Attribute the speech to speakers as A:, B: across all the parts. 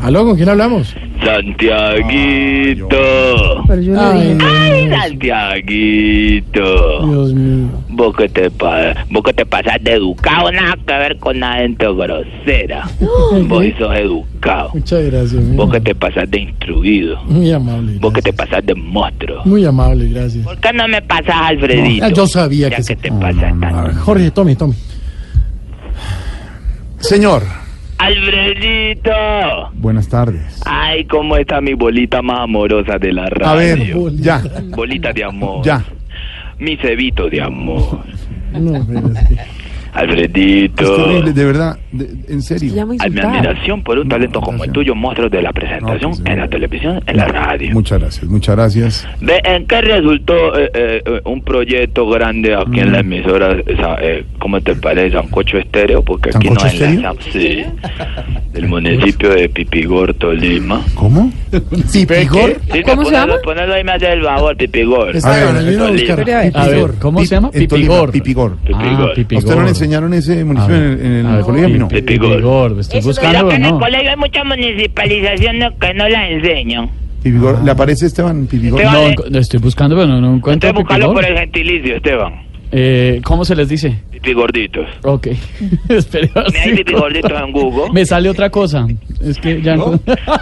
A: ¿Aló? ¿Con quién hablamos?
B: Santiaguito.
C: Pero yo le dije,
B: Ay, Santiaguito.
A: Dios mío.
B: Vos que te, pa- vos que te pasas de educado, nada que ver con nada dentro grosera. Vos sí sos educado.
A: Muchas gracias. muy
B: Vos que
A: amable.
B: te pasas de instruido.
A: Muy amable.
B: Vos que te
A: gracias.
B: pasas de monstruo.
A: Muy amable, gracias.
B: ¿Por qué no me pasas, Alfredito?
A: Ah, yo sabía
B: ya
A: que
B: que,
A: se-
B: te pasas
A: A ver,
B: tanto.
A: Jorge, tome, tome.
D: Señor,
B: Alfredito.
D: buenas tardes.
B: Ay, cómo está mi bolita más amorosa de la radio.
D: A ver, ya,
B: Bolita de amor.
D: ya.
B: Mi cebito de amor.
A: No, pero es que-
D: Es
B: Alfredito.
D: terrible, de verdad, de- en
C: se
D: serio.
C: llama
B: A mi
C: insultar.
B: admiración por un talento como el tuyo, monstruo de la presentación
D: No, pues,
B: en la
D: eh,
B: televisión, en la radio.
D: Muchas gracias, muchas gracias.
B: Ve, ¿En qué resultó eh, eh, eh, un proyecto grande aquí en
D: Mm.
B: la emisora? esa, eh, ¿Cómo te parece? Sancocho Estéreo, porque aquí nos
D: ¿Sancocho Estéreo?
B: enlazamos, sí, del municipio de Pipigor, Tolima.
D: ¿Cómo?
A: ¿Pipigor?
B: Sí,
C: ¿Cómo
B: ponelo-
C: se llama?
B: Ponelo ahí me hace el favor, Pipigor.
A: Está
D: ver,
A: bien, ayúdame a
B: Tolima.
A: buscar.
C: Pero a ver,
E: A ver, ¿cómo se llama?
D: En Tolima,
E: Pipigor.
D: Pipigor.
B: Pipigor.
E: Ah, Pipigor.
D: ¿Usted no le enseñaron ese municipio en el, en
E: A
D: el
E: ver,
D: colegio? A mí no.
E: Pipi-
B: Pipigor.
E: Pipigor, estoy buscando, ¿no?
B: colegio hay muchas municipalizaciones que no las enseñan.
D: Pipigor. ¿Le aparece Esteban Pipigor?
B: Esteban.
E: No,
B: Vale.
E: enco- lo estoy buscando, pero no, no encuentro
B: Entonces, buscarlo por
E: Pipigor.
B: el gentilicio, Esteban.
E: Eh, ¿Cómo se les dice?
B: Pipigorditos.
E: Ok. Espere,
B: Me hay
E: así-
B: pipigorditos en Google.
E: Me sale otra cosa. Es que ya,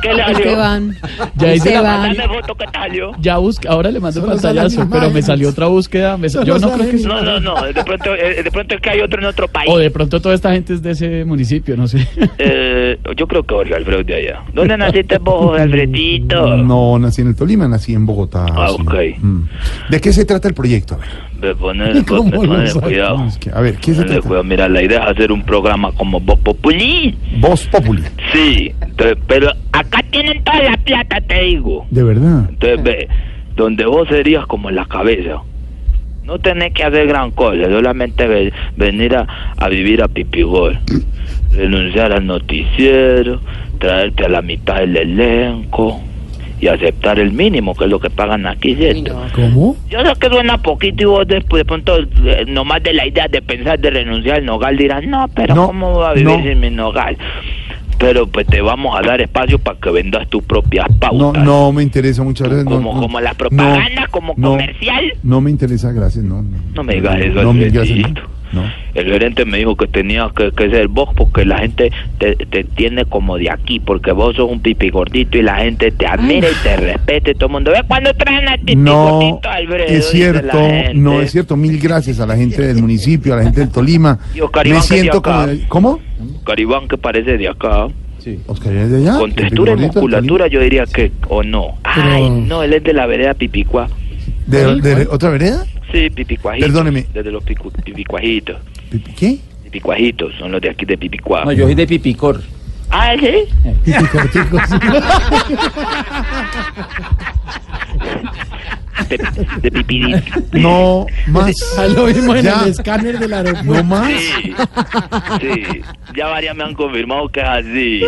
B: ¿Qué le salió?
C: Esteban.
E: ya hice la-
C: Esteban.
B: Dame foto que salió.
E: Ya busca, ahora le mando
A: Solo
E: pantallazo,
A: salen
E: pero me
A: imágenes.
E: salió otra búsqueda. me sa-
A: Solo
E: yo no creo
A: salen
E: que sea-
B: No, no, no. De pronto, eh, de pronto es que hay otro en otro país.
E: O de pronto toda esta gente es de ese municipio, no sé.
B: Eh, yo creo que Jorge Alfredo de allá. ¿Dónde naciste vos, Alfredito?
D: No, nací en el Tolima, nací en Bogotá.
B: Ah,
D: sí.
B: ok.
D: Mm. ¿De qué se trata el proyecto? A ver,
B: Me pones,
A: ¿Cómo
B: me
A: lo
B: pones
A: saca?
B: cuidado.
D: es que- a ver ¿qué se
B: Ponele
D: trata?
B: cuidado. Mira, la idea es hacer un programa como Voz Populi.
D: Voz Populi.
B: Sí, entonces, pero acá tienen toda la plata, te digo.
D: De verdad.
B: Entonces, ve, donde vos serías como la cabeza. No tenés que hacer gran cosa, solamente ve- venir a, a vivir a Pipigol. Renunciar al noticiero, traerte a la mitad del elenco y aceptar el mínimo, que es lo que pagan aquí, ¿cierto?
A: ¿Cómo?
B: Yo sé que suena poquito y vos después de pronto, eh, nomás de la idea de pensar de renunciar al nogal, dirás, no, pero
D: No,
B: ¿cómo voy a vivir
D: no.
B: sin mi nogal? Pero pues te vamos a dar espacio para que vendas tus propias
D: No,
B: pautas.
D: no me interesa, muchas gracias.
B: Como,
D: no, no.
B: como la
D: No,
B: propaganda, como
D: no,
B: comercial.
D: No me interesa, gracias. No, no,
B: No me digas eso,
D: No me digas
B: Alfredito.
D: No.
B: El gerente me dijo que tenía que, que ser vos porque la gente te, te tiene como de aquí, porque vos sos un pipi gordito y la gente te admira y te respeta y todo el mundo. ¿Ves cuando traen al pipi
D: No,
B: gordito, Alfredo?
D: es
B: Dice la
D: cierto,
B: gente.
D: no es cierto. Mil gracias a la gente del municipio, a la gente del Tolima.
B: Y Oscar
D: Me
B: Iván, que es de
D: siento como...
B: acá.
D: ¿Cómo?
B: Caribán que parece de acá.
D: Oscar, ¿es de allá?
B: Con textura y
D: ¿El Ah, gordito del
B: musculatura yo diría que o no. Ay, no, él es de la vereda Pipicuá.
D: Tolima? ¿De, de- otra vereda?
B: Sí, Pipicuajito.
D: Perdóneme.
B: Desde los picu- Pipicuajitos.
D: Pipi- ¿Qué?
B: Pipicuajitos son los de aquí de Pipicuá.
F: No, yo soy de Pipicor.
B: Ah, sí. De, de pipi.
D: No más.
B: Ah,
A: A lo mismo en
D: Ya.
A: el escáner del
D: No
A: aeropuerto.
D: más.
B: Sí, sí, ya varias me han confirmado que es así.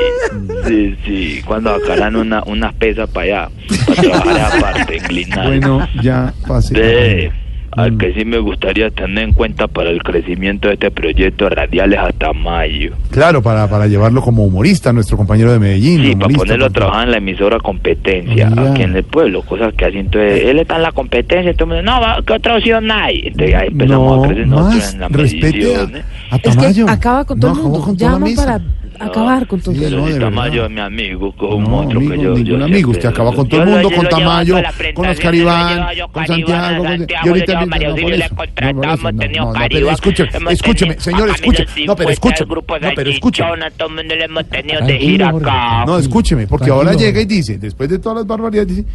B: Sí, sí, cuando acalan una, unas pesas para allá, para trabajar aparte, inclinar.
D: Bueno, ya pasé.
B: Ve, al
D: Mm.
B: que sí me gustaría tener en cuenta para el crecimiento de este proyecto radial es hasta mayo.
D: Claro, para, para llevarlo como humorista, nuestro compañero de Medellín.
B: Sí, para
D: humorista,
B: ponerlo a
D: con-
B: trabajar en la emisora competencia,
D: Ah, ya.
B: aquí en el pueblo, cosas que así. Entonces,
D: Eh.
B: él está en la competencia, todo el mundo, no, va, ¿qué otra opción hay? Entonces, ahí empezamos
D: No
B: a crecer nosotros
D: más.
B: en la
D: Respete a,
B: medición. ¿eh?
D: a
C: Es que
D: Tamayo.
C: acaba con todo
D: No,
C: el
D: acabó
C: mundo.
D: con toda la
C: Llaman
D: mesa.
C: para acabar con todo
D: Sí,
C: el
D: no,
C: mundo.
D: de
B: Pero si
D: verdad.
B: Tamayo es mi amigo, con un
D: No,
B: monstruo
D: amigo,
B: que yo.
D: ningún
B: yo
D: amigo. Usted
B: siempre-
D: acaba con todo
B: yo
D: el
B: lo-
D: mundo,
B: yo
D: con
B: lo llevo
D: Tamayo,
B: a la presentación,
D: con Oscar
B: yo lo
D: Iván,
B: llevo a Oscar
D: con Santiago,
B: Iván,
D: con-
B: a
D: yo
B: Santiago,
D: ahorita
B: yo llevo a
D: ahorita,
B: Mario
D: no,
B: Silvio,
D: por
B: le
D: eso, no,
B: contratamos,
D: por eso, no,
B: tenía
D: no, no,
B: Oscar
D: pero
B: Iván,
D: escuche,
B: hemos
D: escúcheme,
B: tenido
D: señor,
B: a Camilo
D: escuche, no, pero
B: Cifuentes,
D: escuche,
B: al grupo
D: no, pero
B: Salchichón,
D: escúcheme.
B: a todo el mundo le hemos tenido de
A: Tranquilo,
B: gira
A: Jorge.
B: acá.
D: No, escúcheme, porque ahora
A: Tranquilo.
D: llega y dice, después de todas las barbaridades, dice.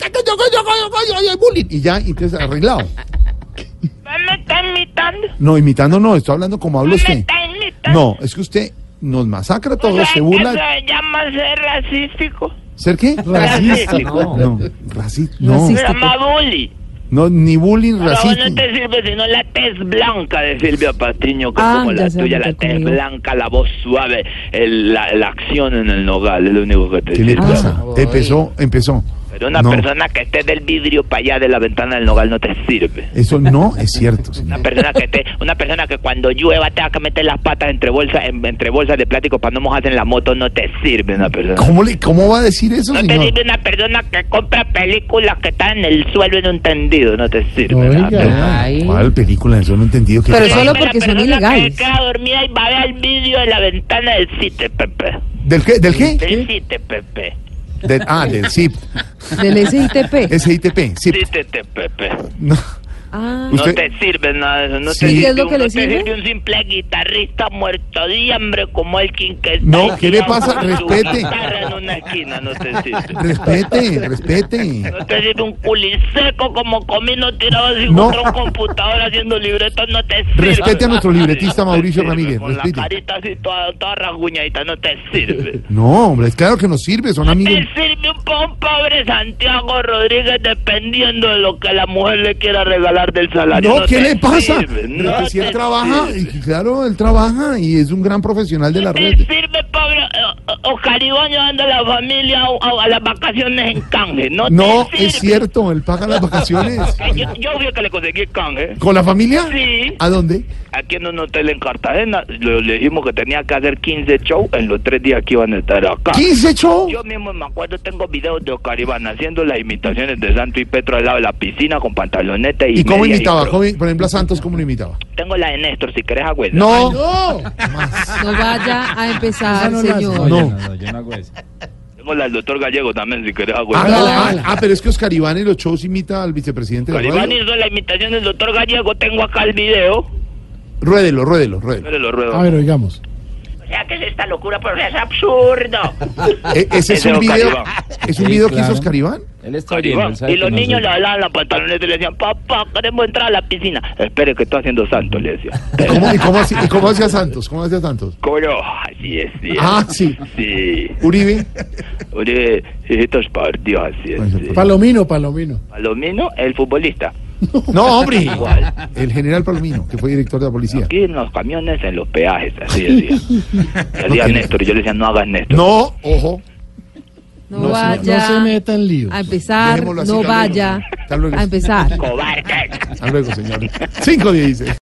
D: "Ya que yo- yo- yo- yo- yo- yo- bullying", Y ya, y entonces arreglado.
B: Me está imitando,
D: No, imitando no, estoy hablando como habla
B: me
D: usted.
B: está imitando.
D: No, es que usted nos masacra a todos, se
B: Eso
D: burla.
B: se llama ser racístico.
D: ¿Ser qué?
A: Racista. No.
D: No, no, racista. No,
B: Se llama bully.
D: no, ni bullying,
B: Pero vos no
D: racismo.
B: te sirve sino la tez blanca de Silvia Patiño, que
C: Ah,
B: es como
C: ya
B: la
C: sé
B: tuya,
C: dónde
B: la
C: está
B: tez
C: conmigo.
B: blanca, la voz suave, el- la, la acción en el nogal, es lo único que te
D: ¿Qué le
C: Ah.
B: sirve.
D: pasa? Empezó, empezó.
B: Pero una
D: No,
B: persona que esté del vidrio para allá de la ventana del nogal no te sirve.
D: Eso no es cierto, señor.
B: Una persona que esté, una persona que cuando llueva tenga que meter las patas entre bolsas, en- entre bolsas de plástico para no mojarse en la moto, no te sirve una persona.
D: ¿Cómo, le, ¿Cómo va a decir eso,
B: No te
D: señor?
B: sirve una persona que compra películas que están en el suelo en un tendido, no te sirve.
A: Oiga.
B: nada.
C: Ay.
D: ¿Cuál película? Eso no he entendido. ¿Qué
C: Pero
D: pasa?
C: solo
B: Dime la
C: porque son
B: persona
C: ilegales.
B: Que se queda dormida y va a ver el vídeo de la ventana del CITE, Pepe.
D: ¿Del qué? ¿Del qué?
B: Del CITE, Pepe.
D: Del- ah, del SIP.
C: Del SITP.
D: SITP, SIP.
B: CITE, Pepe.
D: No,
C: Ah,
B: No
D: Usted-
B: te sirve nada de eso. No
D: Sí.
B: te
D: ¿Y
C: qué es lo
B: un-
C: que le
B: no te
C: sirve?
B: un simple guitarrista muerto de hambre como el King que está
D: No, ¿qué le
B: tirado
D: pasa?
B: con su
D: Respete.
B: guitarra en una esquina, no te sirve.
D: respete, respete.
B: No te sirve un culiseco como comino tirado así
D: No.
B: contra un computador haciendo libretos, no te sirve.
D: Respete a nuestro libretista
B: No te
D: Mauricio
B: sirve,
D: Ramírez,
B: Con
D: respete.
B: la carita así toda, toda rasguñadita, no te sirve.
D: No, hombre, claro que nos sirve, son amigos.
B: Él sirve un po- un pobre Santiago Rodríguez dependiendo de lo que la mujer le quiera regalar del salario.
D: No, ¿qué
B: te
D: le pasa?
B: sirve,
D: Pero que si él
B: te
D: trabaja,
B: sirve.
D: y claro, él trabaja y es un gran profesional de la
B: Te
D: red.
B: sirve, pobre o- o- Oscaribón llevando a la familia a, a- a las vacaciones en canje. No,
D: No,
B: te
D: es
B: sirve.
D: cierto, él paga las vacaciones.
B: Yo, yo fui el que le conseguí canje.
D: ¿Con la familia?
B: Sí.
D: ¿A dónde?
B: Aquí en un hotel en Cartagena le, le dijimos que tenía que hacer 15 shows en los tres días que iban a estar acá.
D: ¿15 show?
B: Yo mismo me acuerdo, tengo videos de Oscar Iván haciendo las imitaciones de Santo y Petro al lado de la piscina con pantaloneta y.
D: ¿Y cómo
B: media
D: imitaba?
B: pro-
D: ¿Cómo- por ejemplo, a Santos, ¿cómo lo imitaba?
B: Tengo la de Néstor, si querés, güey.
D: No, no,
C: no vaya a empezar,
A: no la hace.
C: señor.
D: no.
B: Tengo la del doctor Gallego también, si querés, güey.
D: Ah,
A: Hágala,
D: ah,
A: hágala.
D: ah, pero es que Oscar Iván en los shows imita al vicepresidente. de la
B: Oscar Iván
D: radio.
B: hizo la imitación del doctor Gallego, tengo acá el video.
D: Ruédelo, ruédelo, ruédelo.
B: Pero lo ruedo.
A: A ver, oigamos.
B: O sea, ¿qué es esta locura? Pero es absurdo.
D: E- ese es
B: Ese
D: un
B: Oscar
D: video,
B: Iván.
D: es un video que hizo Oscar Iván.
F: Él está
B: Oscar Iván. Y los niños le hablaban la pantaloneta y le decían, papá, queremos entrar a la piscina. Espere, que está haciendo santo, le decía.
D: ¿Y cómo, y cómo hacía, y cómo hacía Santos? ¿Cómo hacía Santos?
B: Coro, así es, sí. es.
D: Ah, sí.
B: Sí.
D: Uribe.
B: Uribe, estos partidos, así es. sí.
A: Palomino, Palomino.
B: Palomino, el futbolista.
D: No, hombre.
B: Igual.
D: El general Palomino, que fue director de la policía.
B: Aquí en los camiones, en los peajes, así decía. Le decía
D: tiene-
B: Néstor, yo le decía, no hagas Néstor.
D: No, ojo.
C: No,
D: No se-
C: vaya
A: No se meta en líos.
C: a
A: Ah,
C: empezar,
D: Dejémoslo así,
C: no
D: Carlos.
C: vaya
D: Hasta luego.
C: a empezar.
B: Cobarde.
D: Hasta luego, señor. Cinco diez.